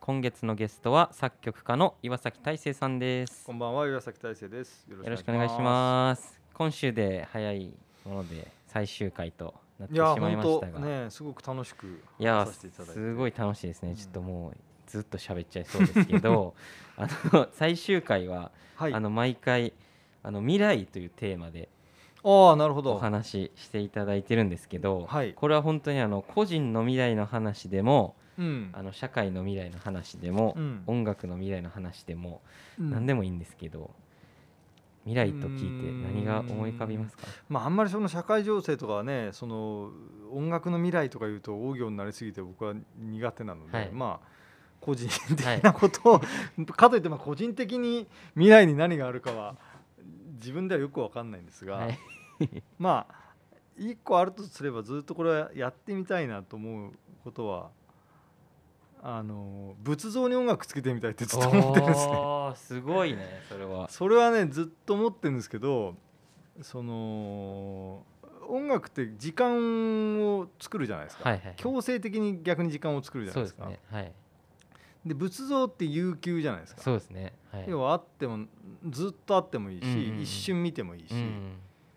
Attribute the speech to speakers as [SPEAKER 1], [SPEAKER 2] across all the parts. [SPEAKER 1] 今月のゲストは作曲家の岩崎大成さんです
[SPEAKER 2] こんばんは岩崎大成ですよ
[SPEAKER 1] よろしくお願いします今週で早いもので最終回となって
[SPEAKER 2] い
[SPEAKER 1] し
[SPEAKER 2] や
[SPEAKER 1] まいま
[SPEAKER 2] 本
[SPEAKER 1] し
[SPEAKER 2] 当
[SPEAKER 1] たが
[SPEAKER 2] ねすごく楽しく
[SPEAKER 1] いや
[SPEAKER 2] させていただいて
[SPEAKER 1] すごい楽しいですね、
[SPEAKER 2] うん
[SPEAKER 1] ちょっともうずっと喋っちゃいそうですけ どあの最終回は、
[SPEAKER 2] はい
[SPEAKER 1] あ
[SPEAKER 2] あ
[SPEAKER 1] の毎回あの未来というテーマで
[SPEAKER 2] あーなるほ
[SPEAKER 1] お
[SPEAKER 2] ど
[SPEAKER 1] 話ししていただいてるんですけど、
[SPEAKER 2] はい
[SPEAKER 1] これは本当にあの個人の未来の話でも
[SPEAKER 2] うん
[SPEAKER 1] あの社会の未来の話でも、
[SPEAKER 2] うん
[SPEAKER 1] 音楽の未来の話でも、
[SPEAKER 2] うん
[SPEAKER 1] 何でもいいんですけど未来と聞いて何が思い浮かびますか
[SPEAKER 2] まああんまりその社会情勢とかはねその音楽の未来とかいうと大行になりすぎて僕は苦手なので、
[SPEAKER 1] はい
[SPEAKER 2] まあ個人
[SPEAKER 1] はい
[SPEAKER 2] 的なことを、かといってまあ個人的に未来に何があるかは自分ではよくわかんないんですが、
[SPEAKER 1] はい
[SPEAKER 2] まあ一個あるとすればずっとこれはやってみたいなと思うことはあの仏像に音楽つけてみたいってずっと思ってるんですね。
[SPEAKER 1] おーすごいねそれは
[SPEAKER 2] それはねずっと思ってるんですけどその音楽って時間を作るじゃないですか、
[SPEAKER 1] はいはい
[SPEAKER 2] 強制的に逆に時間を作るじゃな
[SPEAKER 1] そ
[SPEAKER 2] いうで
[SPEAKER 1] ですす
[SPEAKER 2] かで
[SPEAKER 1] ねはい
[SPEAKER 2] 仏像って悠久じゃないですか
[SPEAKER 1] そうですねはい
[SPEAKER 2] 要はあってもずっとあってもいいし、
[SPEAKER 1] うんうんうん
[SPEAKER 2] 一瞬見てもいいし、
[SPEAKER 1] うん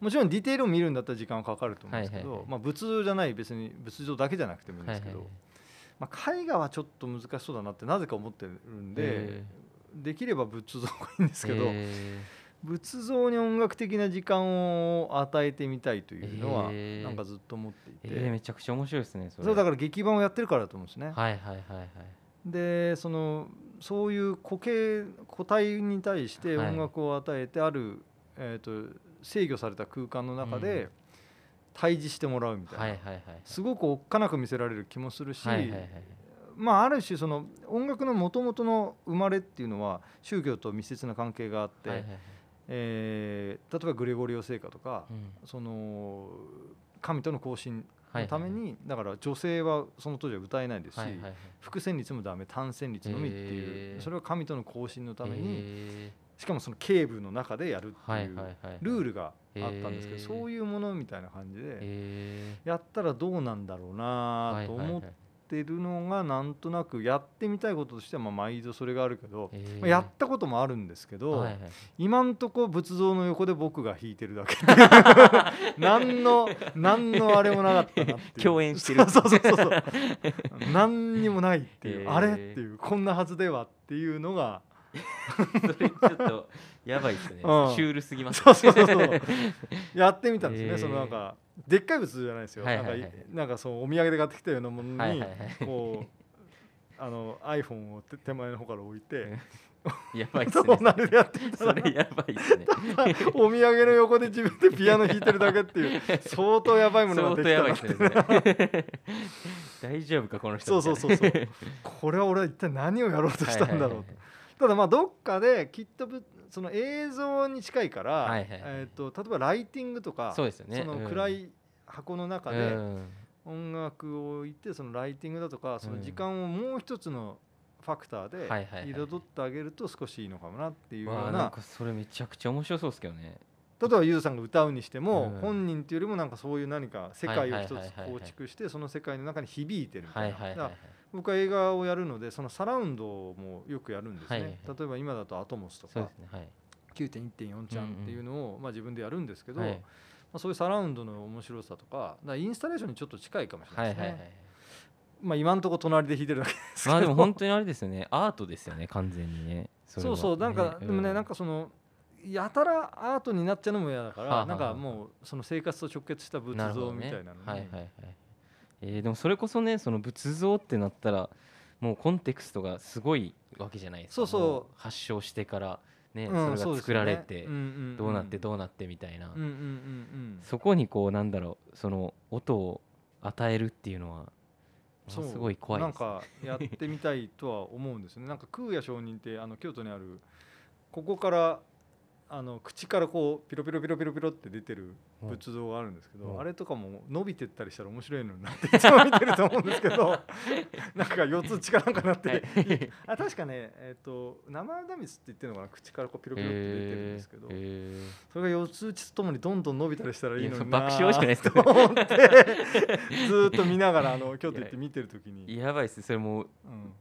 [SPEAKER 2] もちろんディテールを見るんだったら時間はかかると思うんですけど、
[SPEAKER 1] はいはいはい
[SPEAKER 2] まあ、仏像じゃない別に仏像だけじゃなくてもいいんですけど、まあ、絵画はちょっと難しそうだなってなぜか思ってるんで、
[SPEAKER 1] え
[SPEAKER 2] できれば仏像がいいんですけど、
[SPEAKER 1] え
[SPEAKER 2] 仏像に音楽的な時間を与えてみたいというのは
[SPEAKER 1] へー
[SPEAKER 2] なんかずっと思っていて、
[SPEAKER 1] ーえーめちゃくちゃ面白いですねそ
[SPEAKER 2] そ
[SPEAKER 1] れ
[SPEAKER 2] れはだから劇版をやってるからだと思うんですね。
[SPEAKER 1] はいはいはいはい
[SPEAKER 2] でそのそういう固形個体に対して
[SPEAKER 1] はい
[SPEAKER 2] 音楽を与えてある、えー、と制御された空間の中
[SPEAKER 1] う
[SPEAKER 2] で対峙してもらうみたいな、
[SPEAKER 1] はいはいはい
[SPEAKER 2] すごくおっかなく見せられる気もするし、
[SPEAKER 1] はいはいはい
[SPEAKER 2] まあ、ある種その音楽の元々の生まれっていうのは宗教と密接な関係があって、
[SPEAKER 1] はいはいはい
[SPEAKER 2] えー例えばグレゴリオ聖歌とか。
[SPEAKER 1] うん
[SPEAKER 2] その神との交信
[SPEAKER 1] はいはい
[SPEAKER 2] のために、だから女性はその当時は歌えないですし、
[SPEAKER 1] はいはいはい
[SPEAKER 2] 副旋律もダメ単旋律のみっていう、
[SPEAKER 1] へー
[SPEAKER 2] それは神との交信のために、
[SPEAKER 1] え
[SPEAKER 2] しかもその警部の中でやるって
[SPEAKER 1] ーはいいうはいはい
[SPEAKER 2] ルー
[SPEAKER 1] ル
[SPEAKER 2] ルがあったんですけど、
[SPEAKER 1] へー
[SPEAKER 2] そういうものみたいな感じで。
[SPEAKER 1] え
[SPEAKER 2] やったらどうなんだろう
[SPEAKER 1] ー
[SPEAKER 2] な
[SPEAKER 1] はい
[SPEAKER 2] と
[SPEAKER 1] はい
[SPEAKER 2] 思
[SPEAKER 1] はい
[SPEAKER 2] ってるのがなんとなくやってみたいこととしてはまあ毎度それがあるけど、
[SPEAKER 1] えー
[SPEAKER 2] まあやったこともあるんですけど、
[SPEAKER 1] はいはい
[SPEAKER 2] 今んとこ仏像の横で僕が弾いてるだけ 何の何のあれもなかったなっていう
[SPEAKER 1] 共演してる
[SPEAKER 2] そうそうそうそう何にもないっていう、
[SPEAKER 1] へー
[SPEAKER 2] あれっていうこんなはずではっていうのが
[SPEAKER 1] それちょっとやばいですね。シ
[SPEAKER 2] うん
[SPEAKER 1] ュールすぎます。
[SPEAKER 2] そうそうそうそうやってみたんですよね、
[SPEAKER 1] へー
[SPEAKER 2] そのなんかでっかい仏像じゃないですよ、
[SPEAKER 1] はいはいはい
[SPEAKER 2] なんかなんかそうお土産で買ってきたようなものに、
[SPEAKER 1] はいはいはい
[SPEAKER 2] こうあの iPhone を手手前の方から置いて、
[SPEAKER 1] やばいです
[SPEAKER 2] そ
[SPEAKER 1] ね。
[SPEAKER 2] うなるでやってみた
[SPEAKER 1] そ
[SPEAKER 2] ら
[SPEAKER 1] れやばいですね。
[SPEAKER 2] お土産の横で自分でピアノ弾いてるだけっていう相当やばいもの
[SPEAKER 1] 相
[SPEAKER 2] が
[SPEAKER 1] 当
[SPEAKER 2] でき
[SPEAKER 1] や
[SPEAKER 2] た
[SPEAKER 1] ばい
[SPEAKER 2] な
[SPEAKER 1] ですね。それ 大丈夫かこの人
[SPEAKER 2] そう
[SPEAKER 1] みたい
[SPEAKER 2] そ
[SPEAKER 1] な。
[SPEAKER 2] うそうそうこれは俺は一体何をやろうとしたんだろうと、ただまあどっかできっとぶその映像に近いから、
[SPEAKER 1] はいはいはい
[SPEAKER 2] えー、と例えばライティングとか
[SPEAKER 1] そうですよね
[SPEAKER 2] その暗い箱の中
[SPEAKER 1] う
[SPEAKER 2] で
[SPEAKER 1] ん
[SPEAKER 2] 音楽を置いてそのライティングだとかその時
[SPEAKER 1] うん
[SPEAKER 2] 間をもう一つのファクター
[SPEAKER 1] はいはいはい
[SPEAKER 2] で彩ってあげると少しいいのかもなっていうような,、
[SPEAKER 1] わあなんかそれめちゃくちゃ面白そうですけどね。
[SPEAKER 2] 例えばゆずさんが歌うにしても、
[SPEAKER 1] うん
[SPEAKER 2] 本人っていうよりもなんかそういう何か世界を一つ
[SPEAKER 1] はいはいはいはい
[SPEAKER 2] 構築してその世界の中に響いてるみた
[SPEAKER 1] はいい
[SPEAKER 2] な、
[SPEAKER 1] はい
[SPEAKER 2] だ
[SPEAKER 1] は
[SPEAKER 2] から
[SPEAKER 1] い。
[SPEAKER 2] 僕は映画をやるのでそのサラウンドもよくやるんですね、
[SPEAKER 1] はいはい
[SPEAKER 2] 例えば今だと「アトモス」と
[SPEAKER 1] そう
[SPEAKER 2] か
[SPEAKER 1] ですね。はい。
[SPEAKER 2] 9.1.4ちゃんっていうのを、まあ、自分でやるんですけど、
[SPEAKER 1] はい
[SPEAKER 2] まあ、そういうサラウンドの面白さとかだからインスタレーションにちょっと近いかもしれな
[SPEAKER 1] はいい
[SPEAKER 2] です
[SPEAKER 1] は
[SPEAKER 2] ね、
[SPEAKER 1] いはい。
[SPEAKER 2] まあ、今んとこ隣で弾いてるだけですけど
[SPEAKER 1] まあでも本当にあれですよね。アートですよね。完全にね。れ
[SPEAKER 2] そ
[SPEAKER 1] は
[SPEAKER 2] うそうなんか、
[SPEAKER 1] う
[SPEAKER 2] でもねなんかそのやたらアートになっちゃうのも嫌だから、
[SPEAKER 1] はあはあ
[SPEAKER 2] なんかもうその生活と直結した仏
[SPEAKER 1] なるほ
[SPEAKER 2] 像
[SPEAKER 1] ど
[SPEAKER 2] みた
[SPEAKER 1] ね
[SPEAKER 2] いなのに
[SPEAKER 1] はいはいはいえーでもそれこそねその仏像ってなったらもうコンテクストがすごいわけじゃないですか
[SPEAKER 2] そうそう
[SPEAKER 1] も発症してから、ね
[SPEAKER 2] うん
[SPEAKER 1] それ
[SPEAKER 2] う
[SPEAKER 1] が
[SPEAKER 2] です
[SPEAKER 1] 作
[SPEAKER 2] よ
[SPEAKER 1] ら
[SPEAKER 2] ね
[SPEAKER 1] れて
[SPEAKER 2] んんん
[SPEAKER 1] どうなってどうなってみたいな、
[SPEAKER 2] うんうんうんうん
[SPEAKER 1] そこにこうなんだろうその音を与えるっていうのはも
[SPEAKER 2] そ
[SPEAKER 1] の
[SPEAKER 2] う
[SPEAKER 1] すごい怖い
[SPEAKER 2] なん
[SPEAKER 1] ですね
[SPEAKER 2] かやってみたいとは思うんですねなんか空也上人ってあの京都にあるここからあの口からこうピロピロピロピロピロって出てる仏像があるんですけど、
[SPEAKER 1] うん
[SPEAKER 2] あれとかも伸びてったりしたら面白いのになっていつも見てると思うんですけど なんか四つ力なんかなって、
[SPEAKER 1] はい
[SPEAKER 2] あ確かね、えっと生ダミスって言ってるのかな口からこうピロピロって出てるんですけど、
[SPEAKER 1] えーえ
[SPEAKER 2] それが四つ打ちとともにどんどん伸びたりしたらいいのにない
[SPEAKER 1] や爆笑しかないですね
[SPEAKER 2] と思ってずーっと見ながらあの京都行って見てる時
[SPEAKER 1] ー
[SPEAKER 2] に、
[SPEAKER 1] やばいっすそれもう
[SPEAKER 2] うん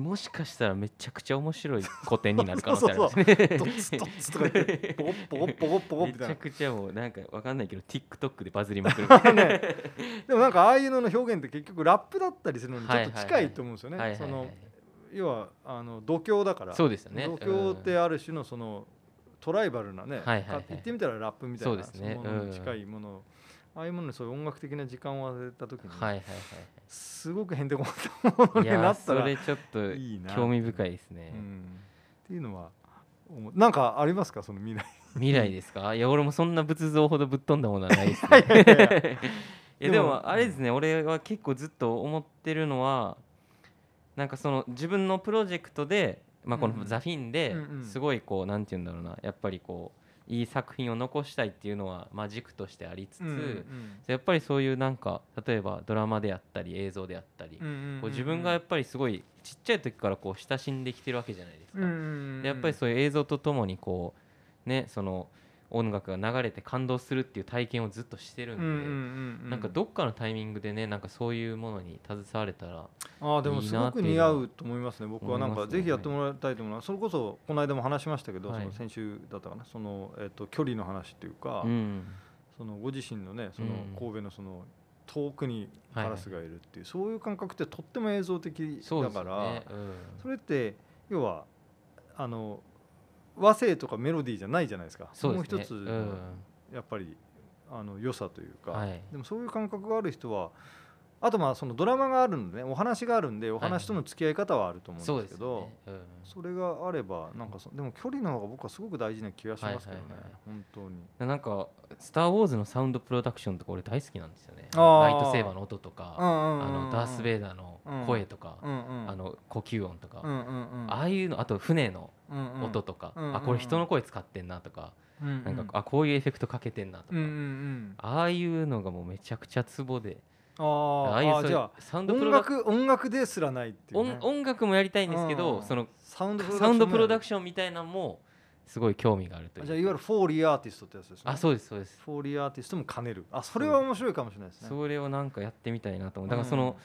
[SPEAKER 1] もしかしたらめちゃくちゃ面白い古典になる可能性ある
[SPEAKER 2] そうそ
[SPEAKER 1] ね
[SPEAKER 2] うドッツドッツとか言ってポコッポコッポコッポコッ
[SPEAKER 1] め
[SPEAKER 2] みた
[SPEAKER 1] ち
[SPEAKER 2] い
[SPEAKER 1] ゃ
[SPEAKER 2] な
[SPEAKER 1] くちゃもうなんかわかんないけど TikTok でバズりまくる
[SPEAKER 2] ねでもなんかああいうのの表現って結局ラップだったりするのにちょっと近いと思うんですよ
[SPEAKER 1] はいはいは
[SPEAKER 2] ね
[SPEAKER 1] い
[SPEAKER 2] その要はあの度胸だから
[SPEAKER 1] そうですよね
[SPEAKER 2] 度胸ってある種のそのトライバルなね、
[SPEAKER 1] はいはいはい
[SPEAKER 2] か言ってみたらラップみたい
[SPEAKER 1] そ
[SPEAKER 2] な
[SPEAKER 1] うですね
[SPEAKER 2] ものに近
[SPEAKER 1] うん
[SPEAKER 2] いものをああいうものにそういう音楽的な時間を与えた時
[SPEAKER 1] う
[SPEAKER 2] に、
[SPEAKER 1] んはいはい
[SPEAKER 2] すごくへん てこまったもの
[SPEAKER 1] はい
[SPEAKER 2] に
[SPEAKER 1] いや
[SPEAKER 2] なった
[SPEAKER 1] そ
[SPEAKER 2] ら
[SPEAKER 1] れちょっと
[SPEAKER 2] いいな
[SPEAKER 1] 興味深いですね
[SPEAKER 2] うんっていうのは思うなんかありますかその未来
[SPEAKER 1] 未来ですかいや俺もそんな仏像ほどぶっ飛んだものはないですね
[SPEAKER 2] いやいやいや
[SPEAKER 1] いや
[SPEAKER 2] で
[SPEAKER 1] で
[SPEAKER 2] も
[SPEAKER 1] もあれですね俺は結構ずっと思ってるのはなんかその自分のプロジェクトでまあこ
[SPEAKER 2] うんう
[SPEAKER 1] の
[SPEAKER 2] ん
[SPEAKER 1] 「ザフィン
[SPEAKER 2] うんうん
[SPEAKER 1] ですごいこうなんて言うんだろうなやっぱりこういい作品を残したいっていうのはまあ軸としてありつ
[SPEAKER 2] うんうん
[SPEAKER 1] つやっぱりそういうなんか例えばドラマであったり映像であったり
[SPEAKER 2] うんうんうんうん
[SPEAKER 1] こう自分がやっぱりすごいちっちゃい時からこう親しんできてるわけじゃないです
[SPEAKER 2] うんうん
[SPEAKER 1] か。
[SPEAKER 2] うん
[SPEAKER 1] でやっぱりそういう映像とともにこうねその音楽が流れて感動するっていう体験をずっとしてる
[SPEAKER 2] うんうん
[SPEAKER 1] んで。
[SPEAKER 2] うんうん
[SPEAKER 1] なんかどっかのタイミングでねなんかそういうものに携われたら
[SPEAKER 2] ああでも
[SPEAKER 1] いい
[SPEAKER 2] す
[SPEAKER 1] な
[SPEAKER 2] ご
[SPEAKER 1] って
[SPEAKER 2] く
[SPEAKER 1] いう
[SPEAKER 2] 似
[SPEAKER 1] のは
[SPEAKER 2] 合うと思いますね僕はなん
[SPEAKER 1] 思い
[SPEAKER 2] か
[SPEAKER 1] ますね
[SPEAKER 2] ぜひやってもらいたいと思うのはそれこそこの間も話しましたけど、
[SPEAKER 1] はい
[SPEAKER 2] その先週だったかなその、えっと距離の話っていうか、
[SPEAKER 1] うん
[SPEAKER 2] そのご自身のねその
[SPEAKER 1] うん
[SPEAKER 2] 神戸のその遠くにカラスがいるっていう、そういう感覚ってとっても映像的
[SPEAKER 1] そう
[SPEAKER 2] だ
[SPEAKER 1] です
[SPEAKER 2] か
[SPEAKER 1] よ
[SPEAKER 2] ら
[SPEAKER 1] ねうん
[SPEAKER 2] それって要はあの和声とかメロディーじゃないじゃないですか
[SPEAKER 1] そうですね
[SPEAKER 2] もう一つ
[SPEAKER 1] う
[SPEAKER 2] の
[SPEAKER 1] ん
[SPEAKER 2] やっぱりあの良さというか、
[SPEAKER 1] はい
[SPEAKER 2] でもそういう感覚がある人はあとまあそのドラマがあるのでねお話があるんでお話との付き合い方はあると思
[SPEAKER 1] そううんで
[SPEAKER 2] で
[SPEAKER 1] すす
[SPEAKER 2] けど、
[SPEAKER 1] よねうん
[SPEAKER 2] それがあればなんかそでも距離の方が僕はすごく大事な気がしますけどね、
[SPEAKER 1] はいはいはい
[SPEAKER 2] 本当に
[SPEAKER 1] なんか「スター・ウォーズ」のサウンドプロダクションとか俺大好きなんですよね
[SPEAKER 2] あー
[SPEAKER 1] ライトセーバーの音とかあのダース・ベ
[SPEAKER 2] イ
[SPEAKER 1] イダーの声とか
[SPEAKER 2] うんうん、
[SPEAKER 1] あの呼吸音と
[SPEAKER 2] う
[SPEAKER 1] か
[SPEAKER 2] んうんうん、
[SPEAKER 1] ああいうのあと船の
[SPEAKER 2] うんうん
[SPEAKER 1] 音とか
[SPEAKER 2] うんうん
[SPEAKER 1] あこれ人の声使ってんなとか
[SPEAKER 2] うんうん、
[SPEAKER 1] なんかあこういうエフェクトかけてんなと
[SPEAKER 2] うんうんう
[SPEAKER 1] か
[SPEAKER 2] ん、
[SPEAKER 1] ああいうのがもうめちゃくちゃツボで
[SPEAKER 2] あー
[SPEAKER 1] ああいう
[SPEAKER 2] あー
[SPEAKER 1] そうい
[SPEAKER 2] じ
[SPEAKER 1] う
[SPEAKER 2] ゃあ
[SPEAKER 1] サウンドプ
[SPEAKER 2] 音
[SPEAKER 1] ロダク
[SPEAKER 2] 楽音楽ですらないっていう、ね
[SPEAKER 1] 音、音楽もやりたいんですけ
[SPEAKER 2] う
[SPEAKER 1] ど
[SPEAKER 2] ん
[SPEAKER 1] その
[SPEAKER 2] サウンドプロダクション
[SPEAKER 1] サウンドプロダク
[SPEAKER 2] シ
[SPEAKER 1] ションみたいなのもすごい興味があるとい
[SPEAKER 2] じゃあ
[SPEAKER 1] う
[SPEAKER 2] いわゆるフォーリーアーティストってやつですね
[SPEAKER 1] あそうですそうです
[SPEAKER 2] フォーリーアーティストも兼ねるあそれは面白いかもしれないですね
[SPEAKER 1] それをなんかやってみたいなと思うだからその、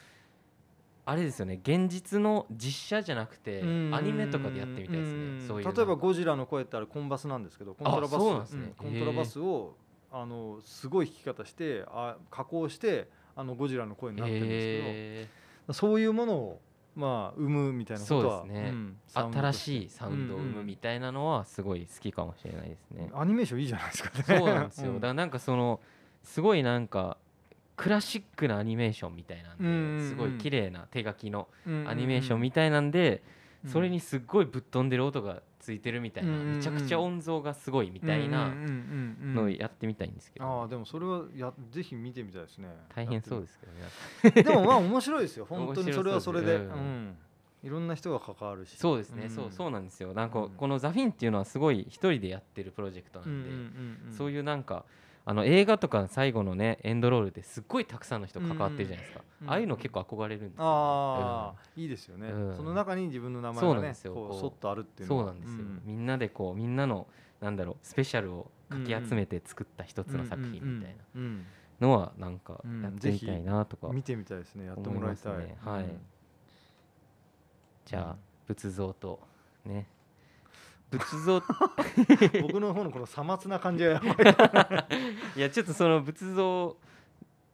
[SPEAKER 1] あれですよね現実の実写じゃなくて
[SPEAKER 2] うん
[SPEAKER 1] アニメとかでやってみたいです
[SPEAKER 2] うん
[SPEAKER 1] ねそういうの
[SPEAKER 2] 例えばゴジラの声ってあれコンバスなんですけどコントラバス
[SPEAKER 1] そうなんですね
[SPEAKER 2] コントラバスをあのすごい弾き方してあ加工してあのゴジラの声になってるんですけど、
[SPEAKER 1] え
[SPEAKER 2] そういうものをまあ生むみたいなことは
[SPEAKER 1] そうですね
[SPEAKER 2] ん
[SPEAKER 1] ー新し
[SPEAKER 2] い
[SPEAKER 1] いサウンドを生むみたいなのはすごい好きかもしれないですね
[SPEAKER 2] アニメーションいいじゃないですかね
[SPEAKER 1] そうなんですよ
[SPEAKER 2] う
[SPEAKER 1] だからなんかそのすごいなんかクラシックなアニメーションみたいな
[SPEAKER 2] うんう
[SPEAKER 1] ん
[SPEAKER 2] んう
[SPEAKER 1] で
[SPEAKER 2] ん
[SPEAKER 1] すごい綺麗な手書きの
[SPEAKER 2] うんうんうん
[SPEAKER 1] アニメーションみたいなんでそれにすっごいぶっ飛んでる音がついてるみたいな
[SPEAKER 2] うんうんうん
[SPEAKER 1] めちゃくちゃ音像がすごいみたいなのを
[SPEAKER 2] い
[SPEAKER 1] やってみたいんですけど
[SPEAKER 2] ああ
[SPEAKER 1] ね
[SPEAKER 2] でもそれはやぜひ見てみたいですね
[SPEAKER 1] 大変そう
[SPEAKER 2] で
[SPEAKER 1] ですけどね
[SPEAKER 2] すでもまあ面白 いですよ本当に
[SPEAKER 1] 面白
[SPEAKER 2] それはそ
[SPEAKER 1] そう
[SPEAKER 2] れ
[SPEAKER 1] です
[SPEAKER 2] で、う
[SPEAKER 1] うん
[SPEAKER 2] ん、いろんな人が関わるし
[SPEAKER 1] そうですねそうそうな
[SPEAKER 2] な
[SPEAKER 1] んですよなんか
[SPEAKER 2] うん
[SPEAKER 1] この「ザフィンっていうのはすごい一人でやってるプロジェクトなんでそう
[SPEAKER 2] いう
[SPEAKER 1] いうなんかあの映画とか最後のねエンドロールですっごいたくさんの人関わってるじゃないですか
[SPEAKER 2] うんうん
[SPEAKER 1] ああいうの結構憧れるんですよね
[SPEAKER 2] ああ、いいですよね、
[SPEAKER 1] うん
[SPEAKER 2] その中に自分の名
[SPEAKER 1] そ
[SPEAKER 2] 前
[SPEAKER 1] うな
[SPEAKER 2] が
[SPEAKER 1] ん
[SPEAKER 2] ね
[SPEAKER 1] ですよ
[SPEAKER 2] こ
[SPEAKER 1] こ
[SPEAKER 2] う
[SPEAKER 1] う
[SPEAKER 2] そっとあるって
[SPEAKER 1] うん
[SPEAKER 2] いうの
[SPEAKER 1] そ
[SPEAKER 2] は
[SPEAKER 1] うなんですよ
[SPEAKER 2] ん
[SPEAKER 1] みんなでこうみんなのなんだろうスペシャルをかき集めて作った一つの作品みたいな
[SPEAKER 2] うんうん
[SPEAKER 1] のはなんか
[SPEAKER 2] うん
[SPEAKER 1] やってみたいなと
[SPEAKER 2] う
[SPEAKER 1] か
[SPEAKER 2] ん見てみたいですねやってもらいたい、
[SPEAKER 1] 思いますねはい
[SPEAKER 2] うん
[SPEAKER 1] じゃあ
[SPEAKER 2] うん
[SPEAKER 1] 仏像とね仏 像
[SPEAKER 2] 僕の方のこのさまつな感じがや ばい
[SPEAKER 1] いやちょっとその仏像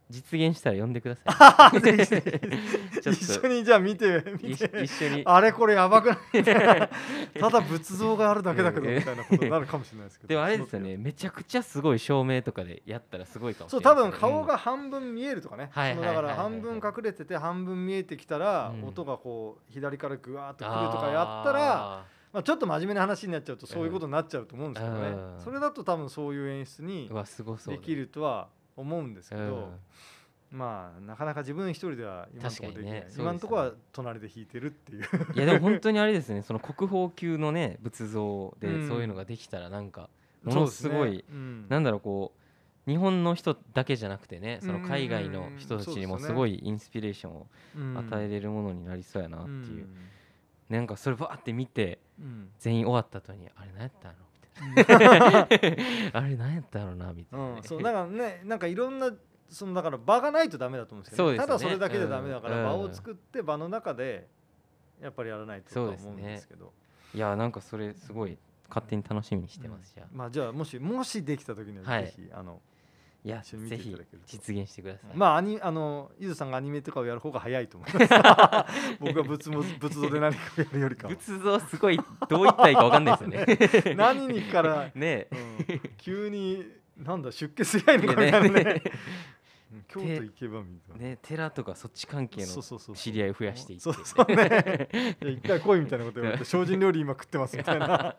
[SPEAKER 1] 実現したら呼んで くださいちょっ
[SPEAKER 2] 一緒
[SPEAKER 1] と
[SPEAKER 2] にじゃあ見て見
[SPEAKER 1] 一
[SPEAKER 2] て
[SPEAKER 1] 一緒に
[SPEAKER 2] あれこれやばくないただ仏像があるだけだけど
[SPEAKER 1] うん
[SPEAKER 2] みたいなことになるかもしれないですけど
[SPEAKER 1] でもあれですよねめちゃくちゃすごい照明とかでやったらすごいかもし
[SPEAKER 2] そ
[SPEAKER 1] れ
[SPEAKER 2] う
[SPEAKER 1] ない
[SPEAKER 2] 多
[SPEAKER 1] ですね
[SPEAKER 2] 分顔が半分見えるとかね、
[SPEAKER 1] はい
[SPEAKER 2] その
[SPEAKER 1] はい
[SPEAKER 2] だ
[SPEAKER 1] は
[SPEAKER 2] か
[SPEAKER 1] い
[SPEAKER 2] ら半分隠れてて半分見えてきたら、
[SPEAKER 1] うん
[SPEAKER 2] 音がこう左からグワーッと
[SPEAKER 1] うん
[SPEAKER 2] くるとかやったら
[SPEAKER 1] あ
[SPEAKER 2] まあ、ちょっと真面目な話になっちゃうとそういうことになっちゃうと思うんですけどね、
[SPEAKER 1] うん
[SPEAKER 2] それだと多分そういう演出に
[SPEAKER 1] ーうわすごそう
[SPEAKER 2] で
[SPEAKER 1] だ
[SPEAKER 2] きるとは思うんです
[SPEAKER 1] う
[SPEAKER 2] けど
[SPEAKER 1] ん、
[SPEAKER 2] まあなかなか自分一人では今のところでき
[SPEAKER 1] 確か
[SPEAKER 2] ない、
[SPEAKER 1] にねそうですよね
[SPEAKER 2] 今のところは隣で弾いてるっていう
[SPEAKER 1] いやでも本当にあれですねその国宝級のね仏像で
[SPEAKER 2] うん
[SPEAKER 1] そういうのができたらなんかも
[SPEAKER 2] そう
[SPEAKER 1] の
[SPEAKER 2] です
[SPEAKER 1] す
[SPEAKER 2] ね
[SPEAKER 1] ごい、
[SPEAKER 2] うん
[SPEAKER 1] なんだろうこう日本の人だけじゃなくてねその海外
[SPEAKER 2] うんう
[SPEAKER 1] の
[SPEAKER 2] んうん
[SPEAKER 1] 人たちにも
[SPEAKER 2] そうですよね
[SPEAKER 1] すごいインスピレーションを
[SPEAKER 2] うん
[SPEAKER 1] 与えれるものになりそうやなっていう、
[SPEAKER 2] ん
[SPEAKER 1] なんかそれバーって見て
[SPEAKER 2] うん
[SPEAKER 1] 全員終わった後にあれ何やったの みたいなあれ何やったのなみたいなね、
[SPEAKER 2] うん、そうだからねなんかいろんなそのだから場がないとダメだと思うんですけど、
[SPEAKER 1] そうですよね
[SPEAKER 2] ただそれだけじゃダメだから、
[SPEAKER 1] うん
[SPEAKER 2] 場を作って場の中でやっぱりやらないとと
[SPEAKER 1] そう
[SPEAKER 2] は
[SPEAKER 1] ですね
[SPEAKER 2] 思うんですけど
[SPEAKER 1] いやなんかそれすごい勝手に楽しみにしてます、じゃあ
[SPEAKER 2] まあじゃあもしもしできた時に
[SPEAKER 1] は
[SPEAKER 2] はいぜひあの
[SPEAKER 1] いや
[SPEAKER 2] 一緒に見
[SPEAKER 1] ぜ
[SPEAKER 2] てい
[SPEAKER 1] ひ
[SPEAKER 2] ただけると
[SPEAKER 1] 実現してください、
[SPEAKER 2] まあアニあのゆずさんがアニメとかをやる方が早いと思います僕は仏も仏像で何かをやるよりかは
[SPEAKER 1] 仏像すごいどういったらいいかわかんないですよね
[SPEAKER 2] 何にから、
[SPEAKER 1] ね
[SPEAKER 2] う
[SPEAKER 1] え
[SPEAKER 2] ん急になんだ出家すりゃいいのかみ
[SPEAKER 1] い
[SPEAKER 2] た
[SPEAKER 1] や
[SPEAKER 2] いな
[SPEAKER 1] ね
[SPEAKER 2] ねうん京都行けばみたいな
[SPEAKER 1] ね寺とかそっち関係
[SPEAKER 2] そう
[SPEAKER 1] の
[SPEAKER 2] そうそう
[SPEAKER 1] 知り合いを増やしていって
[SPEAKER 2] そうそうねいや一回来いみたいなこと言われて精進料理今食ってますみ たいな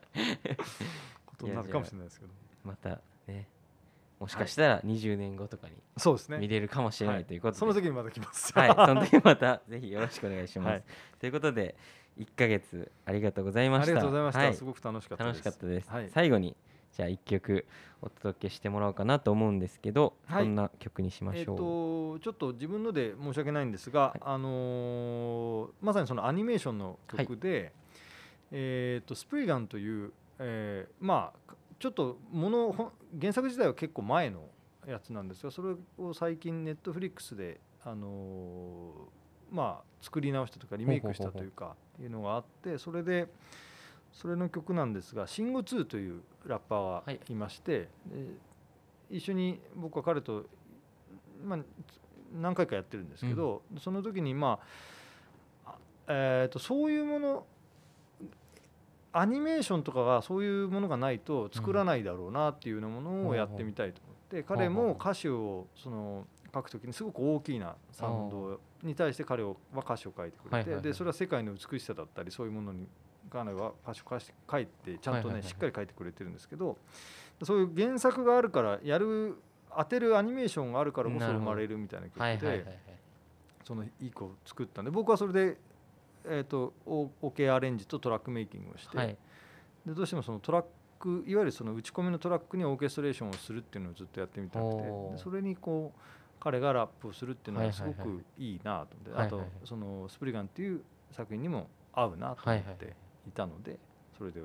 [SPEAKER 2] ことになるかもしれないですけど
[SPEAKER 1] またねもしかしたら20年後とかに
[SPEAKER 2] そうです
[SPEAKER 1] 見
[SPEAKER 2] ね
[SPEAKER 1] れるかもしれな
[SPEAKER 2] はい
[SPEAKER 1] いということで、
[SPEAKER 2] その時にまた来ます
[SPEAKER 1] はい、
[SPEAKER 2] あ
[SPEAKER 1] その時またぜひよろしくお願いします。
[SPEAKER 2] はい
[SPEAKER 1] ということで、1ヶ月ありがとうございま した。
[SPEAKER 2] りがとうございましたす
[SPEAKER 1] は
[SPEAKER 2] ごく楽しかっ
[SPEAKER 1] い、
[SPEAKER 2] た
[SPEAKER 1] 楽
[SPEAKER 2] で
[SPEAKER 1] し
[SPEAKER 2] す
[SPEAKER 1] かったです。
[SPEAKER 2] はい
[SPEAKER 1] 最後に、じゃあ1曲お届けしてもらおうかなと思うんですけど、
[SPEAKER 2] はい
[SPEAKER 1] こんな曲にしま
[SPEAKER 2] え
[SPEAKER 1] し
[SPEAKER 2] っ
[SPEAKER 1] ょう。
[SPEAKER 2] とちょっと自分ので申し訳ないんですが、
[SPEAKER 1] い
[SPEAKER 2] あのーまさにそのアニメーションの曲で、えっとスプリガンという、えーまあちょっとものほん原作自体は結構前のやつなんですがそれを最近ネットフリックスで、あのーまあ、作り直したというかリメイクしたというかいうのがあってそれでそれの曲なんですがシンゴ2というラッパーがいまして、で一緒に僕は彼と、まあ、何回かやってるんですけど、その時にまああえー、とそういうものアニメーションとかがそういうものがないと作らないだろうなっていうようなものをやってみたいと思って、
[SPEAKER 1] ほ
[SPEAKER 2] 彼
[SPEAKER 1] う
[SPEAKER 2] も
[SPEAKER 1] ほ
[SPEAKER 2] 歌詞をその書くときにすごく大きなサウンドに対して彼は歌詞を書いてく
[SPEAKER 1] はい
[SPEAKER 2] れ
[SPEAKER 1] はいはい
[SPEAKER 2] てでそれは世界の美しさだったりそういうものに彼は歌詞を書いて書いてちゃん
[SPEAKER 1] はい
[SPEAKER 2] と
[SPEAKER 1] はいはい
[SPEAKER 2] ね
[SPEAKER 1] はい
[SPEAKER 2] しっかり書いてくれてるんですけどそういう原作があるからやる当てるアニメーションがあるからこそ生まれるみたいな曲で。
[SPEAKER 1] はいはいはいはい。
[SPEAKER 2] その1個作ったんで僕はそれで、えー、とオオケアレンジとトラックメイキングをして、
[SPEAKER 1] はい、
[SPEAKER 2] でどうしてもそのトラックいわゆるその打ち込みのトラックにオーケストレーションをするっていうのをずっとやってみたくて
[SPEAKER 1] おー
[SPEAKER 2] でそれにこう彼がラップをするっていうの
[SPEAKER 1] は
[SPEAKER 2] はいす
[SPEAKER 1] はいは
[SPEAKER 2] ご
[SPEAKER 1] い
[SPEAKER 2] くいいなと思って、
[SPEAKER 1] はいはいはい
[SPEAKER 2] あとそのスプリガンっていう作品にも合うなと
[SPEAKER 1] は
[SPEAKER 2] 思
[SPEAKER 1] い
[SPEAKER 2] っ
[SPEAKER 1] はい
[SPEAKER 2] ていたので、それで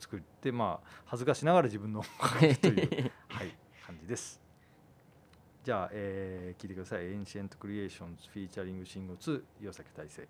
[SPEAKER 2] 作ってまあ恥ずかしながら自分のを書くという。 はい、感じです。じゃあ、えー聞いてください。エンシェントクリエーションズフィーチャリングシングル2、岩崎大成。